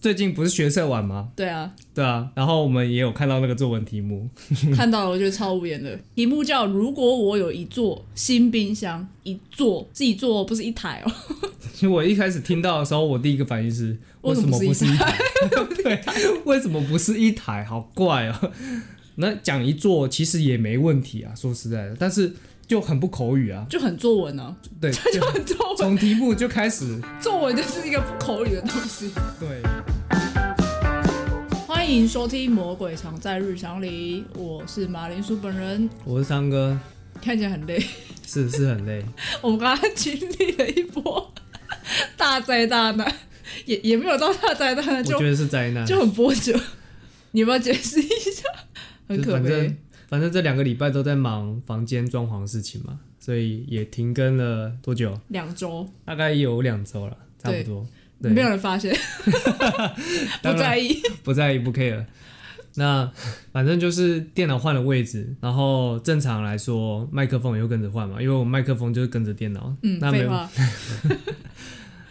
最近不是学社晚吗？对啊，对啊，然后我们也有看到那个作文题目， 看到了我觉得超无言的。题目叫“如果我有一座新冰箱”，一座是一座哦，不是一台哦。 其实我一开始听到的时候，我第一个反应是为什什么么不不是是一一台？ 对，为什么不是一台？好怪哦。那讲一座其实也没问题啊，说实在的，但是就很不口语啊。就很作文啊， 对，就很作文，从题目就开始，作文就是一个不口语的东西。对，欢迎收听《魔鬼藏在日常里》，我是马铃薯本人，我是三哥，看起来很累。是是很累，我们刚刚经历了一波大灾大难，也也没有到大灾大难，我就觉得是灾难，就很波折。你要不要解释一下？很就可反悲正。反正这两个礼拜都在忙房间装潢事情嘛，所以也停更了多久？两周，大概有两周了，差不对多。对，没有人 发现，不当然在意。不在意，不 care。那反正就是电脑换了位置，然后正常来说麦克风也会跟着换嘛，因为我们麦克风就是跟着电脑。嗯，那没废有。话，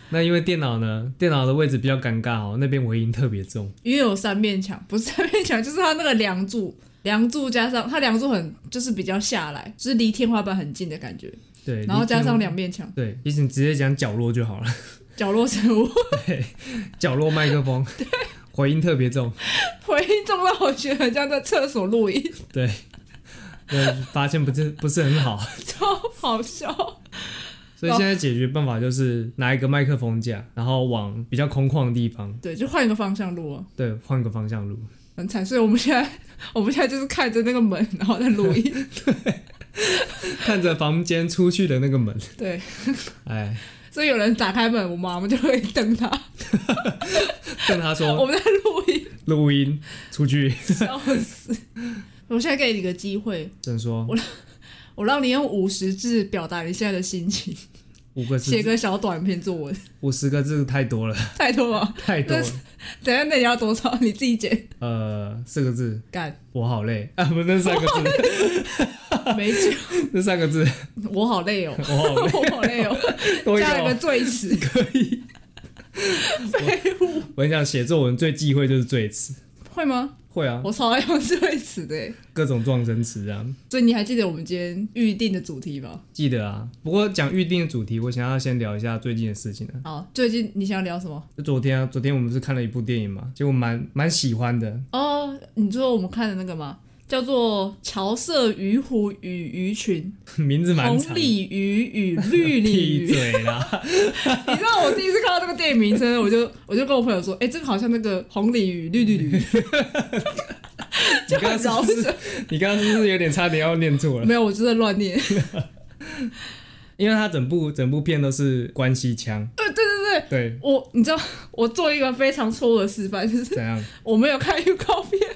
那因为电脑呢，电脑的位置比较尴尬哦，那边回音特别重。因为有三面墙，不是三面墙，就是它那个梁柱，梁柱加上它梁柱很就是比较下来，就是离天花板很近的感觉，对，嗯然后离加上屏幕。两面墙，对，其实你直接讲角落就好了， 角落生物 角落麦克风，回音特别重。回音重到我觉得很像在厕所录音， 对，对，发现不是不是很好，超好笑。所以现在解决办法就是拿一个麦克风架，然后往比较空旷的地方，对，就换一个方向录啊，对，换个方向录。 很惨。所以我们现在，我们现在就是看着那个门， 然后在录音。看着房间出去的那个门，对，哎，所以有人打开门，我妈妈就会瞪他，跟他我 说们在录音。录音出去，笑死！ 我现在给你一个机会，只能说我我让你用五十字表达你现在的心情，五个字写，个小短篇作文，五十个字太多了， 太多了。太多了。等一下那你要多少？你自己剪。呃，四个字，干， 我好累啊，不，那三个字，没救， 那三个字，我好累哦，我 好累，我好累 哦，多一加了个个最词，可以。废物我跟你讲，写作文最忌讳就是最词，会吗？会啊，我超爱用最词的耶，各种撞声词啊，所以你还记得我们今天预定的主题吗？记得啊。不过讲预定的主题，我想要先聊一下最近的事情啊。好，最近你想聊什么？就昨天啊，昨天我们是看了一部电影嘛，结果蛮蛮喜欢的，哦，你说我们看的那个吗？叫做《乔瑟鱼湖与鱼群》， 名字蛮红长。鲤鱼与绿鲤闭鱼。嘴 啦！你知道我第一次看到这个电影名称，我就我就跟我朋友说，哎、这个好像那个红鲤鱼、绿鲤鱼，你就刚刚很是饶不是舌。你刚刚是不是有点差点要念错了？没有，我就在乱念。因为它整部整部片都是关系腔，呃对对对对，对，我你知道，我做一个非常错误的示范，就是怎 样？我没有看预告片，欸、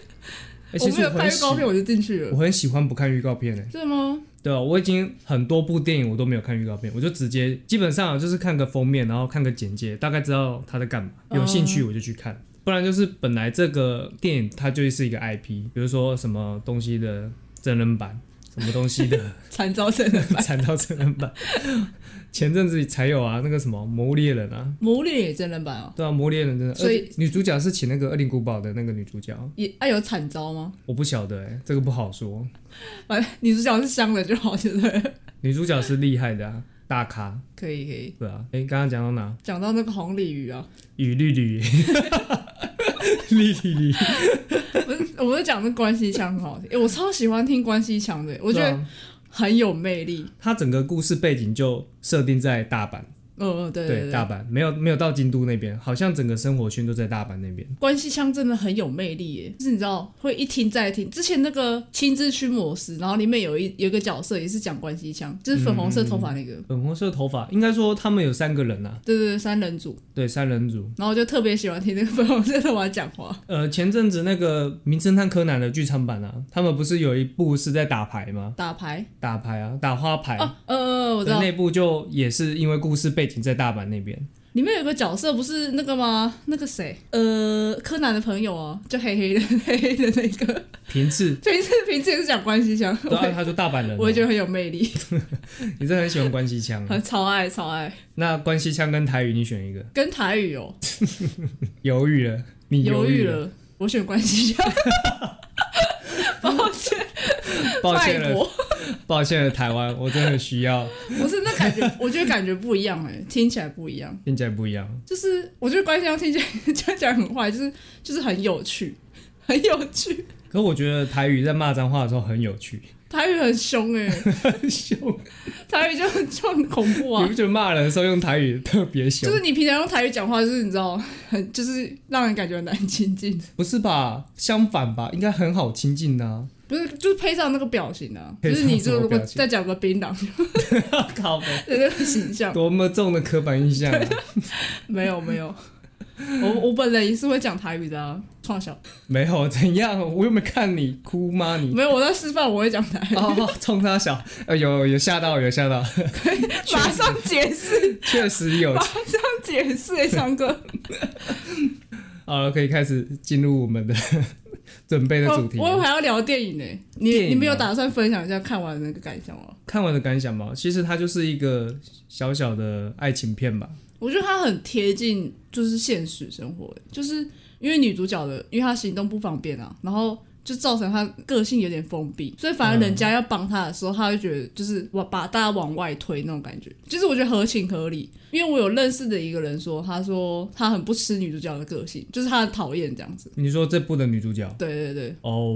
我其没实有我看很预喜，告片我就进去了我。很喜欢不看预告片诶、真的吗？对啊，我已经很多部电影我都没有看预告片，我就直接基本上就是看个封面，然后看个简介，大概知道他在干嘛，有兴趣我就去看。不然就是本来这个电影它就是一个 IP，比如说什么东西的 真人版，什么东西的惨遭真人版， 惨到真人版，前阵子才有啊，那个什么《魔猎人》啊，魔力也真人版哦，对啊，《魔猎人》真的，所以而且女主角是请那个《恶灵古堡》的那个女主角，也啊有惨遭吗？我不晓得哎、这个不好说。反正女主角是香的就好，对不对？女主角是厉害的啊，大咖，可以可以，对啊。哎、刚刚讲到哪？讲到那个红鲤鱼啊， 雨绿绿， 绿绿绿，不是，我是讲那关系腔很好听，诶我超喜欢听关系腔的，我觉对得啊很有魅力。它整个故事背景就设定在大阪，嗯嗯，对对，大阪没有没有到京都那边，好像整个生活圈都在大阪那边。关系腔真的很有魅力耶，就是你知道会一听再听。之前那个《青之驱魔师》，然后里面有一有一个角色也是讲关系腔，就是粉红色头发那个，粉红色头发，应该说他们有三个人啊，对对对，三人组。对，三人组。然后我就特别喜欢听那个粉红色头发讲话。呃，前阵子那个《名侦探柯南》的剧场版啊，他们不是有一部是在打牌吗？打牌打牌啊，打花牌。哦，呃，我知对道，那部就也是因为故事背景在大阪那边，里面有个角色不是那个吗？那个谁，呃，柯南的朋友啊，就黑黑的 黑黑的那个，平 次，平时平时也是讲关系腔，对啊，他就大阪人哦、我也觉得很有魅力，你真的很喜欢关西腔。啊 很超爱超爱。那关西腔跟台语你选一个，跟台语哦，犹豫了，你犹豫豫，了，我选关 系腔，抱歉，抱歉泰了，国抱歉了，台湾，我真的需要，不是那感 觉，我觉得感觉不一样哎、听起来不一样。听起来不一样。就是我觉得关系腔听起来 讲起来很坏，就是就是很有趣，很有趣。可我觉得台语在骂脏话的时候很有趣，台语很凶哎、很凶。台语就很就很恐怖你啊不。觉得骂人的时候用台语特别凶？就是你平常用台语讲话，就是你知道，很就是让人感觉很难亲近，不是吧？相反吧，应该很好亲近呐、 不是就是配上那个表情啊，配就上是你什就么如果表情再讲个槟榔， 啊。靠北，这个形象多么重的刻板印象、啊！没有没有，我我本人也是会讲台语的啊，创小没有怎样，我又没看你哭吗？ 你没有我在示范我会讲台语，哦，冲他小，呃，有有吓到，有吓到， 马上解释确实有。 解释欸，唱歌。好了，可以开始进入我们的准备的我主题了。啊我还要聊电影呢、你电影啊你们有打算分享一下看完的那个感想吗？看完的感想嘛，其实它就是一个小小的爱情片吧。我觉得它很贴近就是现实生活、就是因为女主角的，因为她行动不方便啊，然后就造成她个性有点封闭，所以反而人家要帮她的时候，她会觉得就是我把大家往外推那种感觉，就是我觉得合情合理。因为我有认识的一个人说，他说他很不吃女主角的个性，就是他很讨厌这样子。你说这部的女主角对对对，哦，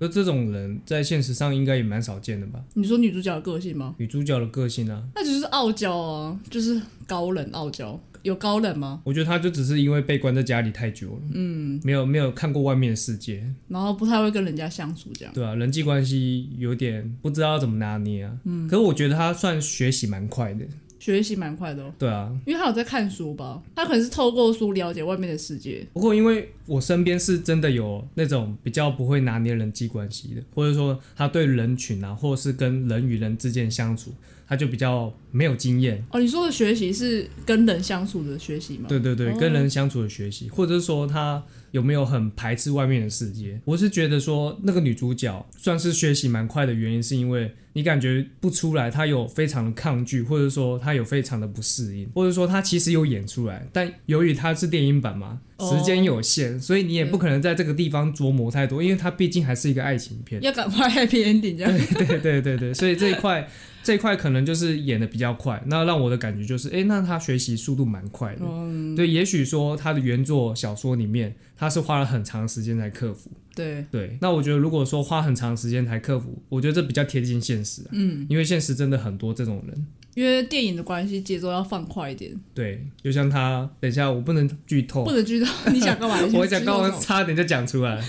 那这种人在现实上应该也蛮少见的吧？你说女主角的个性吗？女主角的个性啊，那就是傲娇啊，就是高冷傲娇。有高冷吗？我觉得她就只是因为被关在家里太久了，嗯，没有没有看过外面的世界，然后不太会跟人家相处这样。对啊，人际关系有点不知道怎么拿捏啊。嗯，可是我觉得她算学习蛮快的，学习蛮快的哦，对啊。因为他有在看书吧，他可能是透过书了解外面的世界。不过因为我身边是真的有那种比较不会拿捏人际关系的，或者说她对人群啊，或者是跟人与人之间相处，她就比较没有经验。哦，你说的学习是跟人相处的学习吗？对对对，哦跟人相处的学习，或者是说她有没有很排斥外面的世界？我是觉得说那个女主角算是学习蛮快的原因，是因为你感觉不出来她有非常的抗拒，或者说她有非常的不适应，或者说她其实有演出来，但由于它是电影版嘛，哦时间有限，所以你也不可能在这个地方琢磨太多，因为它毕竟还是一个爱情片。要赶快 happy ending 这样。 对对对对，所以这一块 这一块可能就是演的比较快，那让我的感觉就是，哎、那他学习速度蛮快的。嗯，对，也许说他的原作小说里面，他是花了很长时间才克服。对，对，那我觉得如果说花很长时间才克服，我觉得这比较贴近现实、啊。嗯，因为现实真的很多这种人。因为电影的关系，节奏要放快一点，对，就像他，等一下我不能剧透不，能剧透。你想干 嘛？我讲刚完刚。差点就讲出来。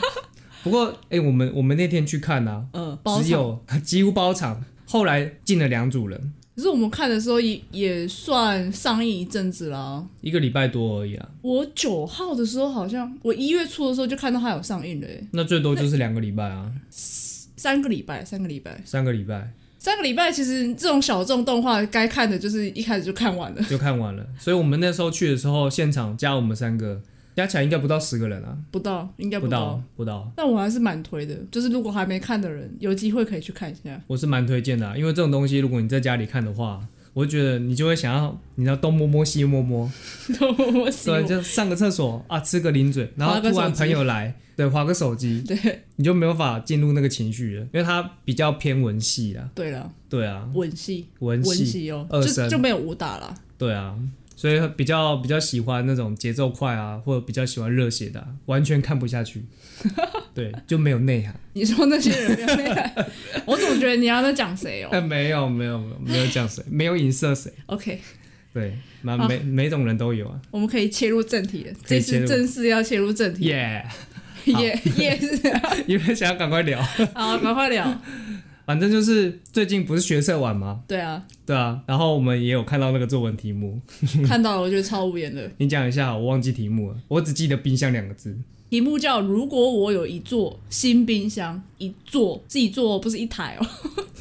不过，哎、我们我们那天去看啊，嗯，包只场。有几乎包场，后来进了两组人，可是我们看的时候也也算上映一阵子啦。一个礼拜多而已啊，我九号的时候好像，我一月初的时候就看到它有上映了耶，那最多就是两个礼拜啊，三个礼拜，三个礼拜。三个礼拜三个礼拜，其实这种小众动画该看的，就是一开始就看完了。就看完了。所以我们那时候去的时候，现场加我们三个，加起来应该不到十个人啊，不到，应该不到。到不到。但我还是蛮推的，就是如果还没看的人，有机会可以去看一下。 我是蛮推荐的啊、因为这种东西如果你在家里看的话，我觉得你就会想要，你要东摸摸西摸摸，我喜对，啊就上个厕所啊，吃个零嘴，然后划个突然手机朋友来，对，划个手机，对你就没有法进入那个情绪了，因为它比较偏文戏啦，对了，对啊，吻戏文吻戏，戏哦，二就声就没有武打啦。对啊，所以比较比较喜欢那种节奏快啊，或者比较喜欢热血的啊、完全看不下 去，对，就没有内涵。你说那些人没有那个， 我总觉得你要在讲谁哎、哦没有没有没有没有讲谁，没有影射谁， ？OK，对，蛮好每每种人都有 啊，我们可以切入正题了，可以这切入次正式要切入正题，耶、 好也也是因为想要赶快聊，好，赶快聊。反正就是最近不是学测晚吗？对啊，对啊，然后我们也有看到那个作文题目，看到了，我觉得超无言的。你讲一下，我忘记题目了，我只记得冰箱两个字。题目叫“如果我有一座新冰箱”，一座是一座，不是一台哦。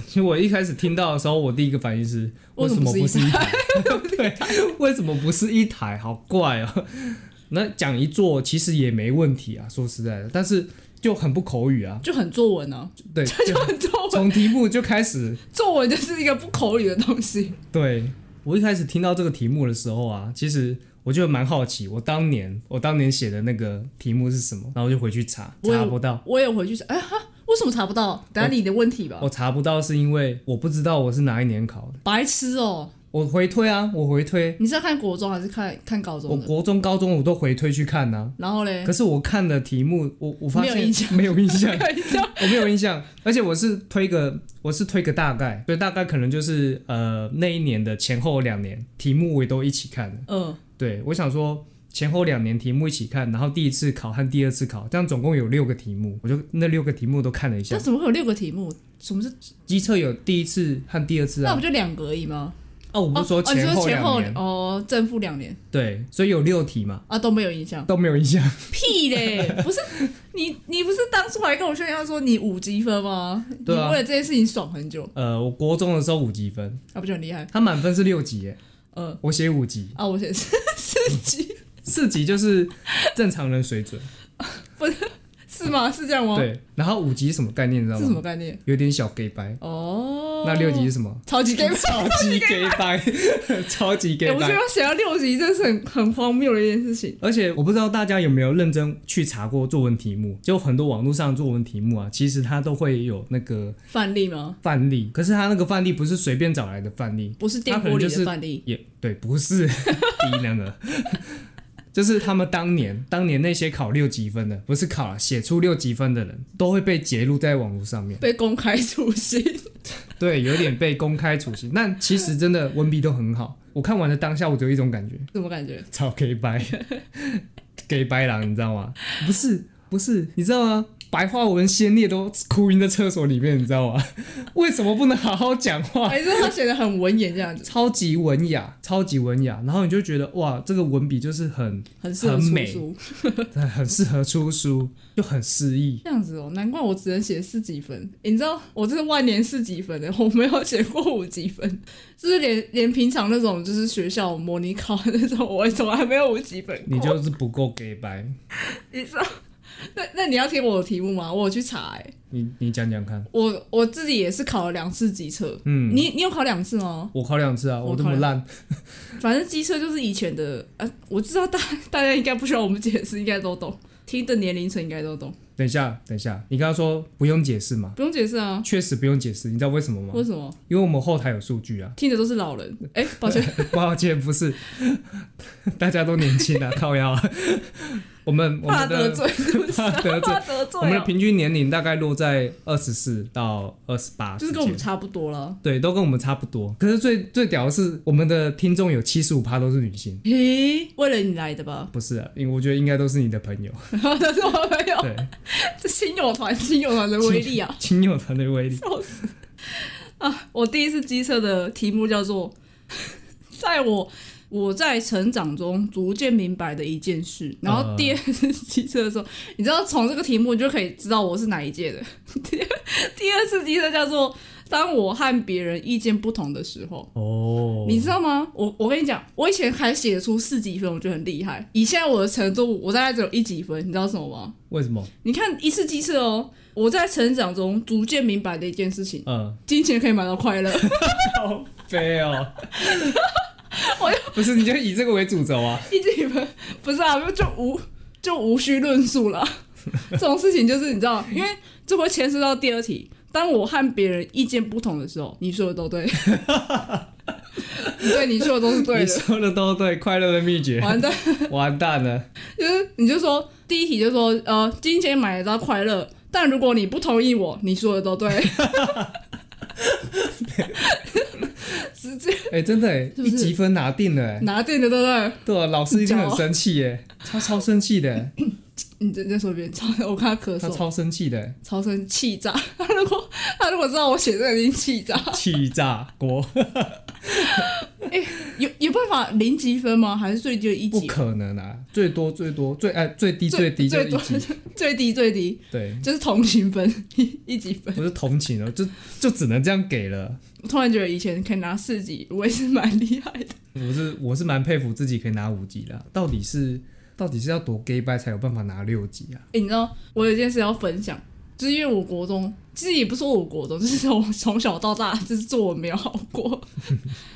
其实我一开始听到的时候，我第一个反应是为什么不是一台？ 对，为什么不是一台？好怪哦、 那讲一座其实也没问题啊，说实在的，但是就很不口语啊。就很作文啊， 对，这就就很作文，从题目就开始作文就是一个不口语的东西。对我一开始听到这个题目的时候啊，其实我就蛮好奇，我当年我当年写的那个题目是什么，然后就回去查，我有查不到。我也回去想，哎哈，为什么查不到？等下你的问题吧我，查不到是因为我不知道我是哪一年考的，白痴哦、我回推啊，我回推，你是要看国中还是看看高我中的？国中、高中我都回推去看呐、然后嘞可，是我看的题目，我我发现没有印象没有印象 看一下我没有印象，而且我是推个，我是推个大概，对，大概可能就是呃那一年的前后两年题目我也都一起看了。嗯，对，我想说前后两年题目一起看，然后第一次考和第二次考，这样总共有六个题目，我就那六个题目都看了一下但。怎么会有六个题目？什么是？机测有第一次和第二次那啊不，就两个而已吗？哦，我不是说哦哦你前说后前两后年，哦，正负两年对，所以有六题嘛，啊都没有 影响。都没有印象。屁嘞！不是你，你不是当初还跟我炫耀说你五积分吗？对啊你为了这件事情爽很久，呃，我国中的时候五级分，啊，不就很厉害？他满分是六级耶，呃，我写五级，啊，我 写四四级，四级就是正常人水准，是吗？是这样吗？，对。然后五级是什么概念，你知道哦是什吗么？概念？有点小 gay 白。哦，那六级是什么？超级 game，超级 gay 白， 超级 gay 哎，我白觉得。要写到六级真是很很荒谬的一件事情。而且我不知道大家有没有认真去查过作文题目，就很多网络上的作文题目啊，其实它都会有那个范例吗？范例，可是它那个范例不是随便找来的范例，不是电它可能锅里就是的范例，也对，不是第一那个， 就是他们当年当年那些考六级分的，不是考啊，写出六级分的人，都会被揭露在网络上面，被公开处刑。 对，有点被公开处刑。但其实真的文笔都很好，我看完的当下，我只有一种感觉，什么感觉？超 gay 白 ，gay 白狼，你知道吗？不是不是，你知道吗？白话文先烈都哭晕在厕所里面，你知道吗？ 为什么不能好好讲话？还是他写的很文言这样子，超级文雅，超级文雅，然后你就觉得哇，这个文笔就是很 很适合很出美书。很很适合出书，又很诗意。这样子哦，难怪我只能写四几分。你知道我这是万年四几分欸 的，我没有写过五几分，就是连连平常那种就是学校模拟考的那种，我也从来没有五几分过。你就是不够 gay 白， 你知道？那那你要听我的题目吗？我有去查、欸，你你讲讲看。我我自己也是考了两次机测。嗯，你你有考两次吗？我考两次啊，我我这么考烂，反正机测就是以前的，呃、我知道大大家应该不需要我们解释，应该都懂，听的年龄层应该都懂，等一下，等一下，你刚刚说不用解释嘛？不用解释啊。确实不用解释，你知道为什么吗为？什么？因为我们后台有数据啊。听的都是老人，哎、抱歉，抱歉，不是， 大家都年轻啊， 靠腰啊。我们 我怕们得的罪是不是？怕得罪怕得罪我们的哦平均年龄大概落在二十四到二十八，就是跟我们差不多了。对，都跟我们差不多。可是最最屌的是，我们的听众有七十五趴都是女性，嘿，为了你来的吧？ 不是啊？因为我觉得应该都是你的朋友，但是我没有，对，这亲友团，亲友团的威力啊！亲友团的威力。笑死啊！我第一次机测的题目叫做“在我我在成长中逐渐明白的一件事”，然后第二次机测的时候，你知道从这个题目你就可以知道我是哪一届的。 第二第二次机测叫做“当我和别人意见不同的时候”。哦你知道吗？我我跟你讲，我以前还写出四级分，我觉得很厉害。以现在我的程度，我大概只有一级分，你知道什么吗？为什么？你看一次机测哦，我在成长中逐渐明白的一件事情：嗯，金钱可以买到快乐。好悲 哦。不是，你就以这个为主轴啊。一级分不是啊，就无就无需论 述了。这种事情就是你知道，因为这会牵涉到第二题。当我和别人意见不同的时候，你说的 都对，对，你说的都是对你的。说的都对，快乐的秘诀，完蛋，完蛋了。就是你就说第一题就说呃，金钱买得到快乐，但如果你不同意我，你说的 都对。直接哎、真的哎，是不是一积分拿定了哎，拿定的，对不对？对啊，老师一定很生气耶，他超生气的耶，你再再说一遍，超 我看他咳他嗽，超生气的耶，超生气炸。他如果他如果知道我写这个，已经气炸。气炸锅。有有办法零积分吗？还是最低就 一不级？可能啊，最多最多最哎、最低最低就最一多级，最低最低对，就是同情分一一级分。不是同情哦，就就只能这样给了。我突然觉得以前可以拿四级，我也是蛮厉害的。我是我是蛮佩服自己可以拿五级的啊，到底是到底是要多 gay 掰才有办法拿六级啊？哎、你知道我有一件事要分享，就是因为我国中，其实也不是说我国中，就是我从小到大就是作文没有好过。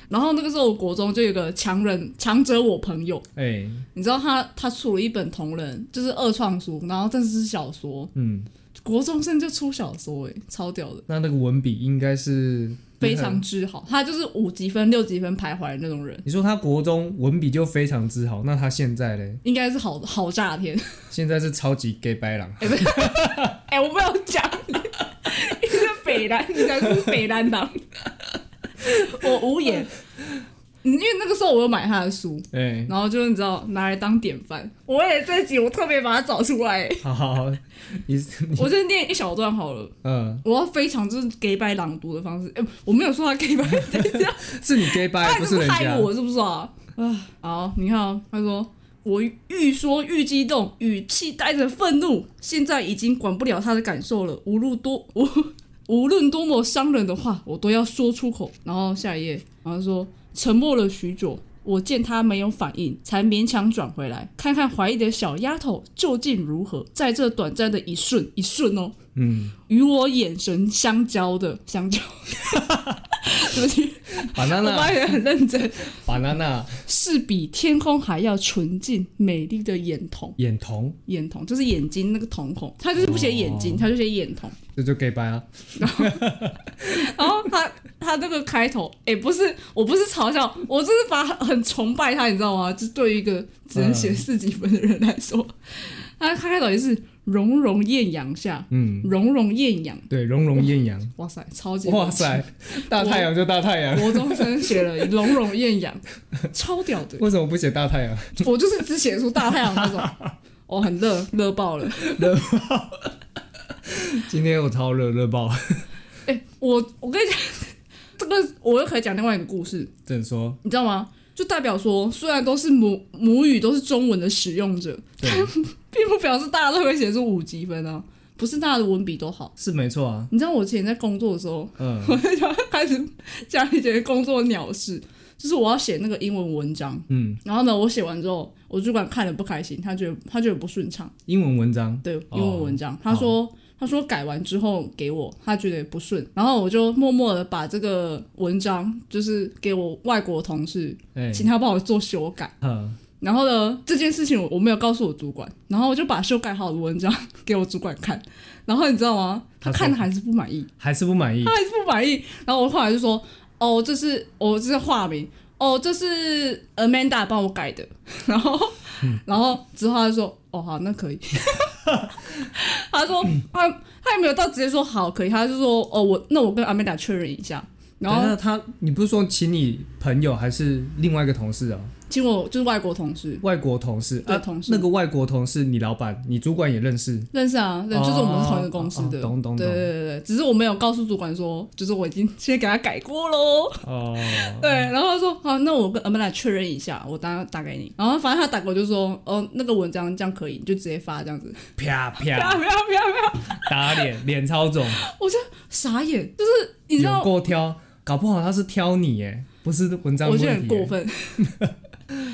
然后那个时候我国中就有个强人强者我朋友，哎、你知道他他出了一本同人，就是二创书，然后但是是小说，嗯，国中生就出小说、欸，超屌的，那那个文笔应该是非常。之好。他就是五级分、六级分徘徊的那种人，你说他国中文笔就非常之好，那他现在嘞？应该是好好炸天。现在是超级 gay 白狼，哎、我不要讲 你，你是北南，你才是北南党。 我无言，因为那个时候我有买他的书，哎、然后就是你知道拿来当典范。我也这集我特别把它找出来，好好好，你 你我就念一小段好了。嗯，我要非常就是 gay 白朗读的方式，哎、我没有说他 gay 白，是你 gay 他掰，不也是人害家。我是不是啊？啊，好，你看、啊，他说我欲说愈激动，语气带着愤怒，现在已经管不了他的感受了，无论多无 无论多么伤人的话，我都要说出口。然后下一页，然后说沉默了许久。我见他没有反应，才勉强转回来，看看怀疑的小丫头究竟如何。在这短暂的一瞬，一瞬哦，嗯，与我眼神相交的相交，对不起，我发 banana 言很认真。 banana 是比天空还要纯净美丽的眼瞳，眼瞳，眼瞳就是眼睛那个瞳孔，他就是不写眼睛，他就写眼瞳。这就 gay 掰啊。 然后他他那个开头，哎、不是，我不是嘲笑，我就是把很崇拜他，你知道吗？就对于一个只能写四级分的人来说， 他开头也是融融艳阳下，嗯，融融艳阳，对，融融艳阳，哇塞，超级哇塞，大太阳就大太阳，国中生写了融融艳阳，超屌的，为什么不写大太阳？我就是只写出大太阳那种，哦，很热，热爆了。今天我超热热爆，哎、我我跟你讲， 这个我又可以讲另外一个故事，正说你知道吗？就代表说，虽然都是母母语都是中文的使用者，对， 并不表示大家都会写出五级分啊，不是大家的文笔都好。是没错啊，你知道我之前在工作的时候， 嗯，我就想开始讲一些工作鸟事，就是我要写那个英文文章，嗯，然后呢，我写完之后，我主管看了不开心，他觉得他觉得不顺畅，英文文章，对英文文章，他哦说他说改完之后给我，他觉得不顺，然后我就默默的把这个文章就是给我外国同事，哎、请他帮我做修改。嗯，然后呢，这件事情我我没有告诉我主管，然后我就把修改好的文章 给我主管看，然后你知道吗？他他说看了还是不满意，还是不满意他，还是 不满意。然后我后来就说，哦，这是我、这是化名，哦，这是 Amanda 帮我改的。 然后，然后之后他就说，哦，好，那可以。 他说他他也没有到直接说好可以，他就说哦我那我跟 Amanda 确认一下，然等一下后他，你不是说请你朋友还是另外一个同事啊？请我就是外国同事外国同事对啊，同事那个外国同事，你老板、你主管也认识，认识啊，对，哦就是我们是同一个公司的，哦哦懂懂对懂对对对，只是我没有告诉主管说，就是我已经先给他改过喽。哦，对，然后他说好，那我跟 Amanda 确认一下，我打打给你。然后反正他打给我就说，哦，那个文章这样可以，你就直接发这样子。啪不要 啪不要不要不要，打脸，脸超肿，傻眼，就是你知有道，够挑，搞不好他是挑你耶，不是文章我问觉题耶，得很过分。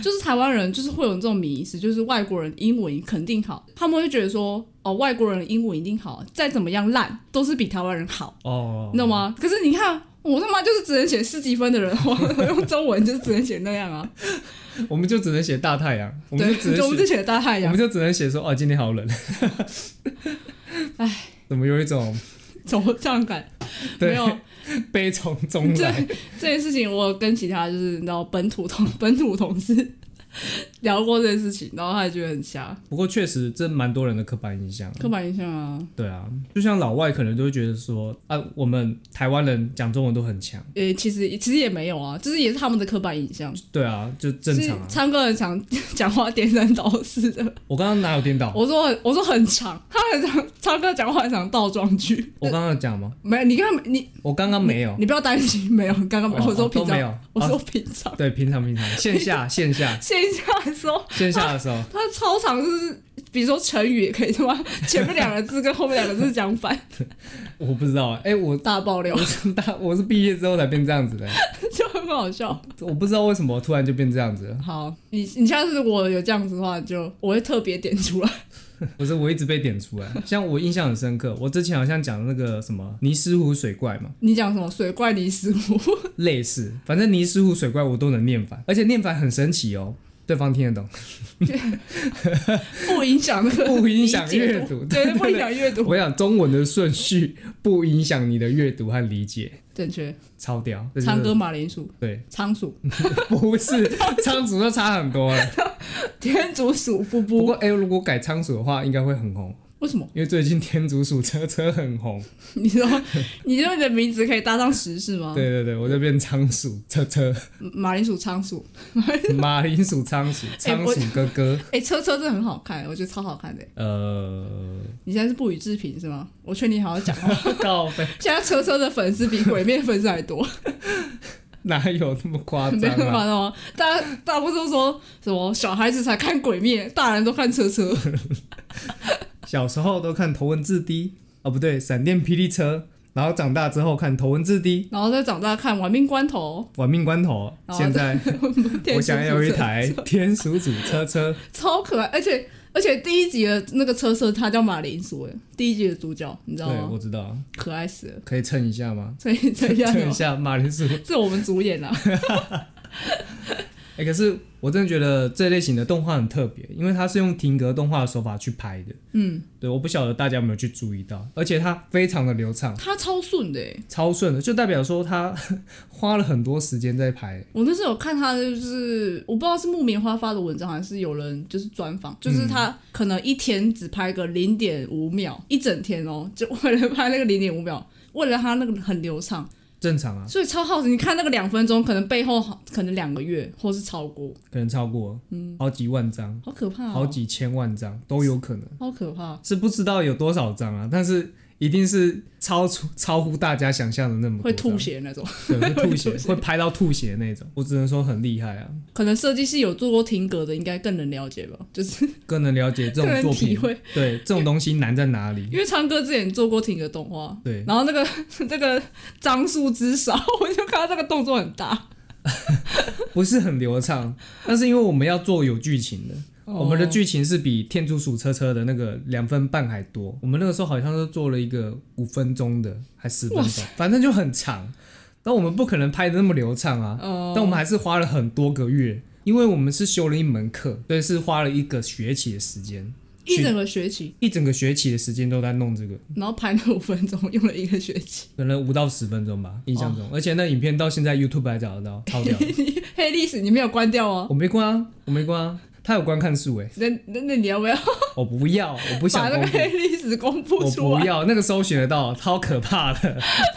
就是台湾人就是会有这种迷思，就是外国人英文肯定好，他们会觉得说，哦，外国人的英文一定好，再怎么样烂都是比台湾人好。哦你，懂吗？可是你看，我他妈就是只能写四级分的人，我我 用中文就只能写那样啊。我们就只能写大太阳，我们对，就只就能我们就写，写啊大太我阳们，就只能写说哦，今天好冷，唉， 怎么有一种走样感。没对有 悲从中这来， 这件事情，我跟其他就是你知道本土同本土同事 聊过这件事情，然后他也觉得很瞎，不过确实这蛮多人的刻板印象啊。刻板印象啊，对啊，就像老外可能都会觉得说啊，我们台湾人讲中文都很强。呃、其实其实也没有啊，就是也是他们的刻板印象，对啊，就正常啊是。唱歌很长， 讲话颠三倒四的。我刚刚哪有颠倒？我说我说很长，他很长，唱歌讲话很长，倒装句。我刚刚有讲吗？没有，你刚刚你我刚刚没有。你不要担心，没有，刚刚没有。哦我说哦都平没常，有。我说哦平常。对，平常平常，线 下线下线下的时候，线下的时候，他超长，就是比如说成语也可以他妈前面两个字跟后面两个字讲反，我不知道哎、我大爆料大我是毕业之后才变这样子的、就很好笑。我不知道为什么突然就变这样子了。好，你你下次如果有这样子的话，就我会特别点出来。不是，我一直被点出来。像我印象很深刻，我之前好像讲那个什么尼斯湖水怪嘛，你讲什么水怪离死我？ 类似，反正尼斯湖水怪我都能念反，而且念反很神奇哦，对方听得 懂，不影响那个不影响理解阅读。对，对不影响阅读，我想中文的顺序不影响你的阅读和理解，正确。超屌。这就是长歌马铃薯、对，仓鼠、不是仓鼠就差很多 了。天竺鼠、布不布过，哎、如果改仓鼠的话，应该会很红，为什么？ 因为最近天竺鼠车车很红。你说，你说你的名字可以搭上时事吗？对对对，我就变仓鼠车 车，马铃薯、仓鼠，马铃薯仓鼠，仓我鼠哥哥。哎、车车真的很好看，我觉得超好看的。 呃，你现在是不予置评是吗？我劝你好好讲话。告白现在车车的粉丝比鬼面粉丝还多， 哪有那么夸 没张有办啊？法吗？大家大部分都说什么小孩子才看鬼面，大人都看 车车。小时候都看头文字 D，哦不对，闪电霹雳车，然后长大之后看头文字 D，然后再长大看《玩命关头玩命关头。哦现在》， 我想要有一台天竺鼠车车，超可爱，而且而且第一集的那个车车它叫马铃薯，哎，第一集的主角你知对道吗？我知道，可爱死了，可以蹭一下吗？所以 这 样蹭一哦下马铃薯。是我们主演啊，哎、可是我真的觉得这类型的动画很特别，因为它是用停格动画的手法去拍的。嗯，对，我不晓得大家有没有去注意到，而且它非常的流畅，他超顺的哎，超顺的，就代表说它 花了很多时间在拍。我那时候有看他就是我不知道是木棉花发的文章还是有人就是专嗯访，就是他可能一天只拍个零点五秒，一整天哦， 就为了拍那个零点五秒。为了他那个很流畅，正常啊，所以超耗时。你看那个两分钟，可能背后可能两个月，或是超过，可能超过，嗯，好几万张，好可怕、哦，好几千万张都有可能，好可怕。是不知道有多少张啊，但是一定是超出超乎大家想象的那么多会张吐，血那种。对，会吐血 会，吐血会拍到吐血那种。我只能说很厉害啊，可能设计师有做过停格的，应该更能了解吧？就是更能了解这更种能 作体品，会，对这种东西难在哪里？因为昌哥之前做过停格动画，对，然后那个 那个张数之少， 我就看到这个动作很大。不是很流畅，但是因为我们要做有剧情的。我哦们的剧情是比《天竺鼠车车》的那个两分半还多。我们那个时候好像是做了一个五分钟的，还十分哇钟，反正就很长。但我们不可能拍的那么流畅啊，哦但我们还是花了很多个月，因为我们是修了一门课，所以是花了一个学期的时间，一整个学期，一整个学期的时间都在弄这个，然后拍了五分钟，用了一个学期。可能五到十分钟吧，印象中。哦而且那影片到现在 YouTube 还找得到，超 屌的！黑历史你没有关掉哦？我没关啊，我没关啊，他有观看数 哎、那那那你要不要我不要，我不把想那公个布。黑历史公布我出不来？要，那个搜寻得到，超可怕的，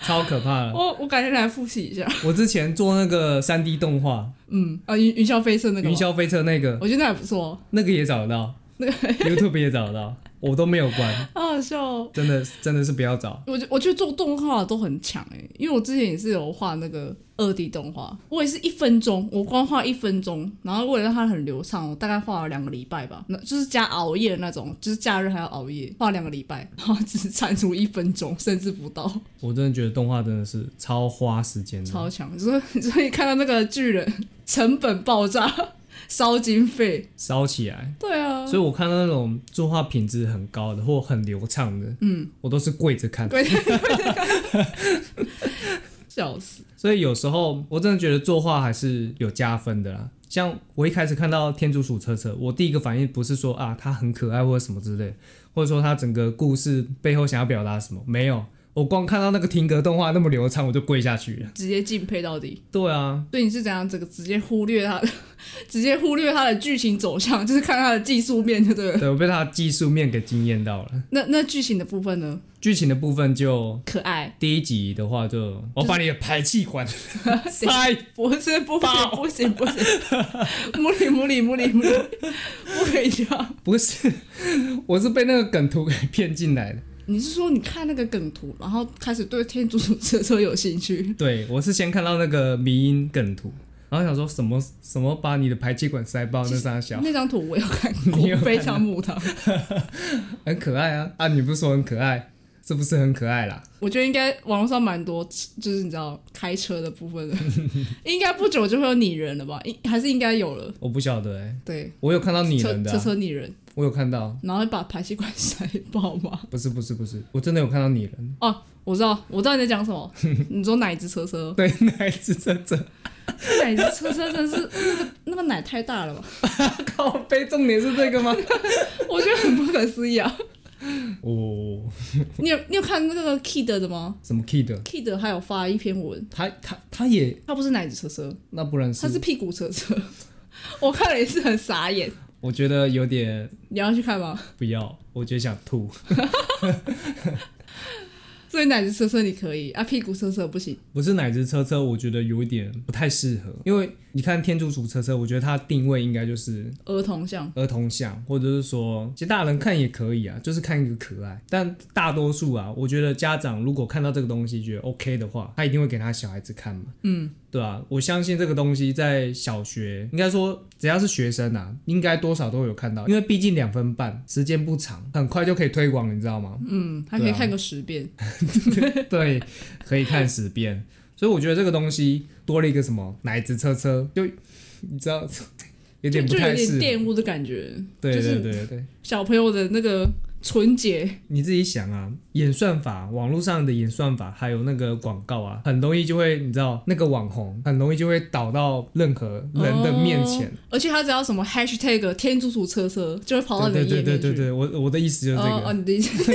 超可怕的。我我改天来复习一下。我之前做那个三 D 动画嗯，啊，云云霄飞车那《个云吗，霄飞车》那个，我觉得那还不错，那个也找得到，那个 YouTube 也找得到，我都没有关，好好笑哦。真的真的是不要找。我觉我觉得做动画都很强哎、因为我之前也是有画那个二 D 动画，我也是一分钟，我光画一分钟，然后为了让它很流畅，我大概画了两个礼拜吧，那就是加熬夜那种，就是假日还要熬夜，画两个礼拜，然后只产出一分钟，甚至不到，我真的觉得动画真的是超花时间的，超强！所以 所以看到那个巨人成本爆炸， 烧经费，烧起来。对啊，所以我看到那种作画品质很高的或很流畅的，嗯，我都是跪着看。笑死！所以有时候我真的觉得作画还是有加分的啦。像我一开始看到天竺鼠车车，我第一个反应不是说啊它很可爱或者什么之类，或者说它整个故事背后想要表达什么，没有，我光看到那个停格动画那么流畅，我就跪下去了。 直接敬佩到底。对啊，对，你是怎样这个直接忽略它的， 直接忽略它的剧情走向，就是看它的技术面，就对了。对我被他的技术面给惊艳到了。那那剧情的部分呢？剧情的部分就可 爱，第一集的话就，我把你的排气管塞不是不行爆不行不 行，母里母里母里母里，不可以这样。不是， 我是被那个梗图给骗进来的。你是说你看那个梗图，然后开始对天竺鼠车车有兴趣？对，我是先看到那个迷因梗图，然后想说什么什么把你的排气管塞爆那傻小，那张图我有看 你有过，看非常母汤。很可爱啊啊！你不是说很可爱，是不是很可爱啦？我觉得应该网络上蛮多，就是你知道开车的部 分的，应该不久就会有拟人了吧？应还是应该有了。我不晓得哎、对，我有看到拟人的、车啊车，车拟人，我有看到，然后把排气管塞爆吗？ 不是不是不是，我真的有看到拟人。哦，我知道，我知道你在讲什 么。你说哪一只车车？对，那一只真的哪一只车车真的是那个那个奶太大了吧？靠背，重点是这个 吗？我觉得很不可思议啊！哦，你有你有看那个 Kid 的吗什么 kid？ ？Kid 还有发一篇文，他他他也他不是奶子车车，那不然他是屁股车车。 我看了也是很傻眼，我觉得有点你要去看吗？不要，我觉得想吐。所以奶子车车你可以啊，屁股车车不行。不是哪只车车，我觉得有一点不太适合，因为你看天竺鼠车车，我觉得它定位应该就是儿童像，儿童像，或者是说，其实大人看也可以啊，就是看一个可爱。但大多数啊，我觉得家长如果看到这个东西觉得 OK 的话，他一定会给他小孩子看嘛。嗯，对啊，我相信这个东西在小学，应该说只要是学生啊，应该多少都有看到，因为毕竟两分半，时间不长，很快就可以推广，你知道吗？嗯，还可以对啊看个十遍。 对，可以看十遍。所以我觉得这个东西多了一个什么奶子车车，就你知道有点不就就有太点适合。玷污的感觉，对就是对对对，小朋友的那个纯洁，你自己想啊，演算法，网络上的演算法，还有那个广告啊，很容易就会，你知道那个网红很容易就会导到任何人的面前。哦而且他只要什么 hashtag 天竺鼠车车，就会跑到你的对页对面去。对对对，我我的意思就是这个。哦哦，你的意思。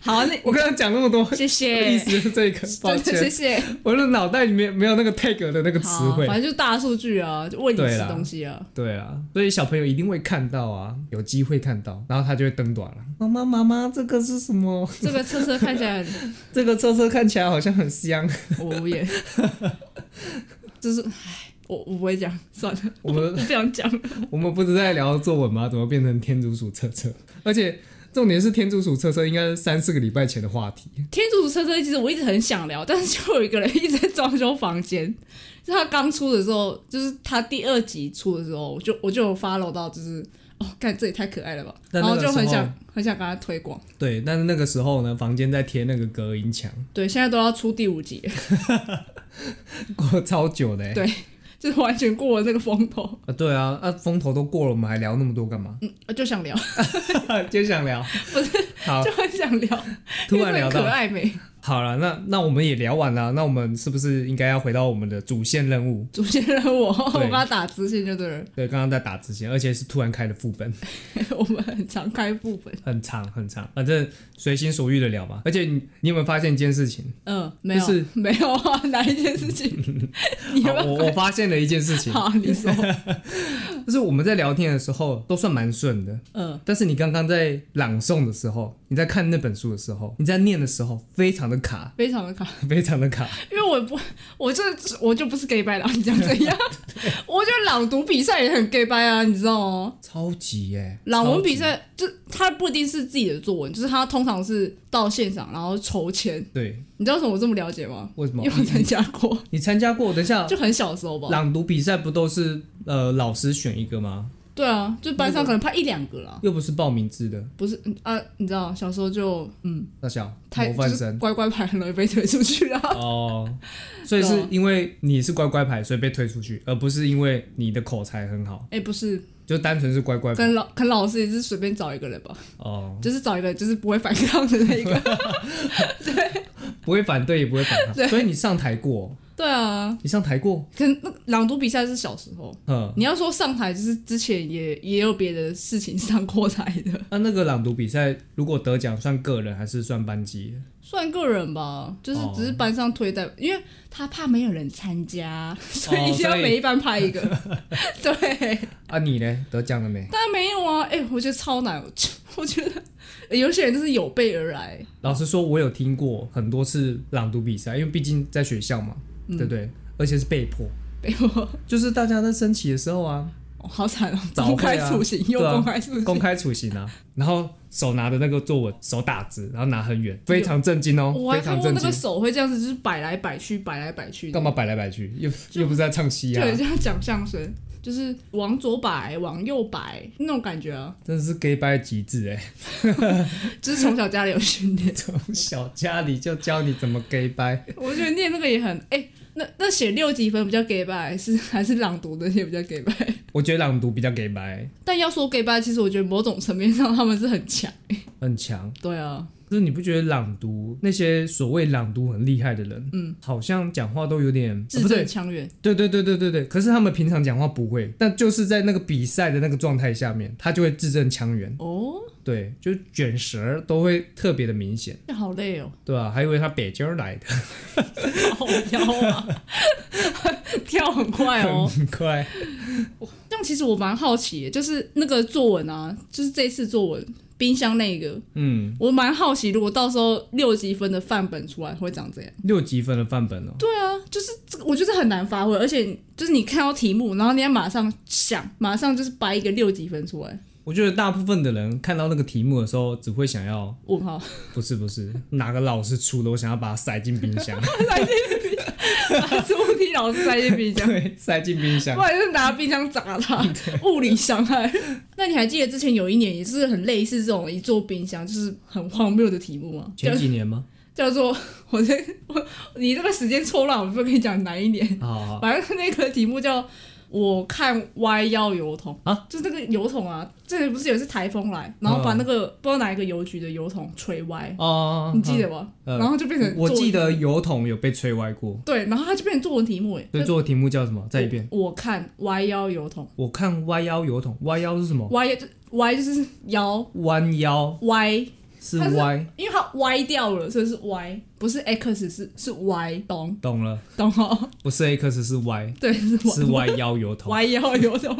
好，那 我刚才讲那么多，谢我的意谢，思就是这个。抱真的谢歉，谢。我的脑袋里面没有那个 tag 的那个词好，汇。反正就是大数据啊，就喂你对吃啦东西啊。对啊，所以小朋友一定会看到啊，有机会看到，然后他就会登短了。妈妈，妈妈，这个是什么？这个车车看起来很这个车车看起来好像很香。 我无言，就是唉，我我不会讲，算了，我我们不想讲。我们不是在聊作文吗？怎么变成天竺鼠车车？而且重点是天竺鼠车车应该是三四个礼拜前的话题。天竺鼠车车其实我一直很想聊，但是就有一个人一直在装修房间。就他刚出的时候，就是他第二集出的时候，我就我就有 follow 到，就是哦，看这也太可爱了吧，但那然后个就很时候想很想跟他推广。对，但是那个时候呢，房间在贴那个隔音墙，对，现在都要出第五集 了，过 超久的、欸。对就是完全过了这个风头， 啊，对啊，啊，风头都过了，我们还聊那么多干嘛？ 嗯，就想聊，就想聊，不是？好，就很想聊，啊突因为然这聊很到可爱美好了，那那我们也聊完了，那我们是不是应该要回到我们的主线任务？主持人我，我对帮他打支线就对了， 对，刚刚在打之前，而且是突然开的副本，我们很常开副本，很长很长，反正随心所欲的聊嘛。而且你你有没有发现一件事 情？嗯，没有、就是没有啊，哪一件事 情？你好要，不哦我我发现了一件事情要？，啊好，你说，就是我们在聊天的时候都算蛮顺的，嗯。但是你刚刚在朗诵的时候，你在看那本书的时候，你在念的时候，非常的卡，非常的卡，非常的卡。因为我不，我这我就不是 gay 拜啦，你想怎样？我觉得朗读比赛也很 gay 拜啊，你知道吗？超级耶、朗文比超级，赛，就他不一定是自己的作文，就是他通常是到现场然后筹钱。对，你知道为什么我这么了解吗？为什因么为？我参加过，你参加过？等一下，就很小时候吧。朗读比赛不都是呃老师选一个吗？对啊，就班上可能派一两个啦，又不是报名制的，不是嗯啊，你知道小时候就嗯，大小太模就范是生乖乖牌很容易被推出去 啊。哦，所以对是啊因为你是乖乖牌，所以被推出去，而不是因为你的口才很好，哎、不是，就单纯是乖乖牌跟老跟老师也是随便找一个人吧，哦，就是找一个就是不会反 抗的那一个。不会反对也不会反抗，所以你上台过，对啊，你上台过？可能那个朗读比赛是小时候，嗯，你要说上台，就是之前也也有别的事情上过台 的，那那个朗读比赛如果得奖，算个人还是算班级？算个人吧，就是哦只是班上推带，因为他怕没有人参加，所哦以一定要所以每一班派一个。 对，啊，你呢？得奖了没？当然没有啊，哎、我觉得超难，我就我觉得有些人就是有备而来，老实说，我有听过很多次朗读比赛，因为毕竟在学校嘛，对不对？而且是被迫，嗯被我就是大家在升旗的时候 啊，哦好惨哦，早会啊公开处刑又对啊公开处刑，公开处刑啊，然后手拿着那个作文，手打直，然后拿很远，非常震惊哦，我还非看常过震那惊个。手会这样子，就是摆来摆去，摆来摆去的，干嘛摆来摆去？又又不是在唱戏就啊，很像讲相声，就是往左摆，往右摆那种感觉啊。真的是 gay 掰极致哎、就是从小家里有训练， 从小家里就教你怎么 gay 掰， 我觉得念那个也很哎、那那写六级分比较 gay 吧，还是 还是朗读那些比较 gay 吧？ 我觉得朗读比较 gay 掰，但要说 gay 吧，其实我觉得某种层面上他们是很强。很强。对啊，就是你不觉得朗读那些所谓朗读很厉害的人，嗯，好像讲话都有点、呃字不正对，腔圆，对对对对对对。可是他们平常讲话不会，但就是在那个比赛的那个状态下面，他就会字正腔圆，哦，对，就卷舌儿都会特别的明显，那好累哦，对吧、还以为他北京儿来的， 好腰啊， 跳很快哦。很 快。 但其实我蛮好奇的，就是那个作文啊，就是这次作文冰箱那个，嗯，我蛮好奇，如果到时候六级分的范本出来会长这样。六级分的范本哦。对啊，就是这个，我觉得很难发挥，而且就是你看到题目，然后你要马上想，马上就是掰一个六级分出来。我觉得大部分的人看到那个题目的时候，只会想要问号， 不是不是哪个老师出的，我想要把它塞进冰箱，把物理老师塞进冰箱，对，塞进冰箱不。然就是拿冰箱砸他，物理伤害。那你还记得之前有一年也是很类似这种一座冰箱，就是很荒谬的题目吗？叫前几年吗？叫做我在我你这个时间错乱，我不跟你讲哪一年，啊，反正那个题目叫“我看歪腰油桶”啊，就是那个油桶啊，这里不是有一次台风来，然后把那啊个、不知道哪一个邮局的油桶吹歪，哦，你记得吗？呃然后就变成我作文记得油桶有被吹歪过。对，然后它就变成作文题目哎，对，做的题目叫什么？再一遍。我，我看歪腰油桶，我看歪腰油桶，歪腰是什么？歪就歪就是腰弯腰歪，是它是歪，因为它歪掉了，所以是歪，不是 X 是是 Y，懂懂了，懂哦？不是 X 是 Y， 对，是 Y 是歪腰油桶。歪腰油桶，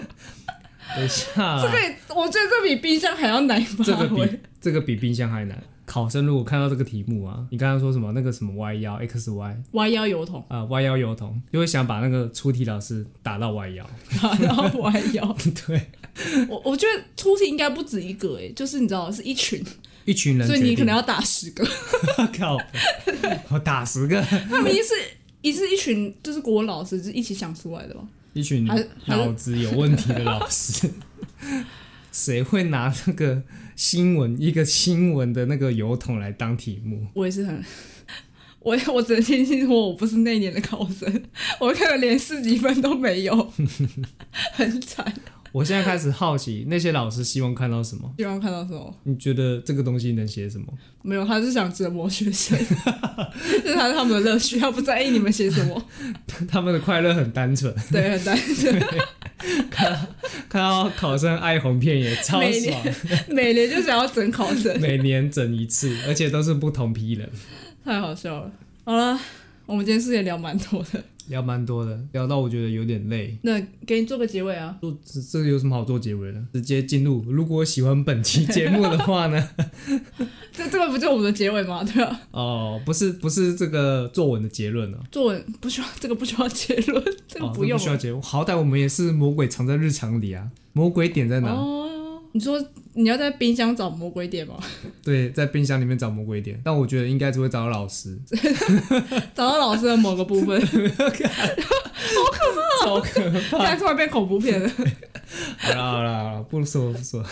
等一下这，个也我觉得这比冰箱还要难发挥。啊这个比这个比冰箱还难。考生如果看到这个题目啊，你刚刚说什么那个什么歪腰 X Y 歪腰油桶，啊歪腰油桶，就会想把那个出题老师打到歪 腰。然后歪腰。 对，我我觉得出题应该不止一个诶、就是你知道是一群，一群人所决定，以你可能要打十 个。 靠，我打十个，他们一是一是一群就是国文老师就是一起想出来的吧？一群还是还是脑子有问题的老 师，谁会拿那个新闻一个新闻的那个油桶来当题目？我也是很， 我我只能庆幸说我不是那年的考生， 我可能连四级分都 没有，很惨。我现在开始好奇，那些老师希望看到什么？希望看到什么？你觉得这个东西能写什么？ 没有，他是想折磨学生， 这是他他们的乐趣，他不在意你们写什么。他们的快乐很单纯，对，很担心。看到考生哀鸿遍野，超每爽。 每年就想要整考生。每年整一次，而且都是不同批人，太好笑了。好了，我们今天事情聊蛮多的，聊蛮多的，聊到我觉得有点累。 那给你做个结尾啊。做这这有什么好做结尾的？直接进入。如果喜欢本期节目的话呢？ 这这个不就我们的结尾吗？对啊，哦，不是不是这个作文的结论哦，作文不需要，这个不需要结论， 这个哦不用这需要结论。好歹我们也是魔鬼藏在日常里啊，魔鬼点在哪？哦。你说你要在冰箱找魔鬼点吗？ 对，在冰箱里面找魔鬼点，但我觉得应该只会找到老师， 找到老师的某个 部分，超可怕。哦 现在突然变恐怖片了。 好啦好啦好啦，不说不说，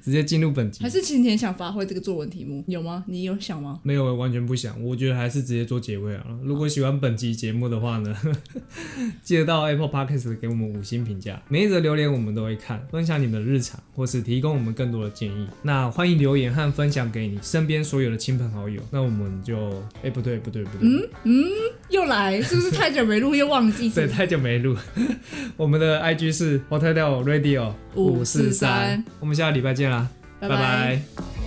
直接进入本集还。是今天想发挥这个作文题目，有吗？你有想吗？没有，完全不想。我觉得还是直接做结尾啊。如果喜欢本期节目的话呢， 记得到 Apple Podcast 给我们五星评价，每一则留言我们都会看，分享你们的日常，或是提供我们更多的建议。那欢迎留言和分享给你身边所有的亲朋好友。那我们就，哎、不对不对不对，又来，是不是太久没录又忘记？对，太久没录。 我们的 IG 是 Hotel Radio 543 543，我们下个礼拜见啦，拜拜拜拜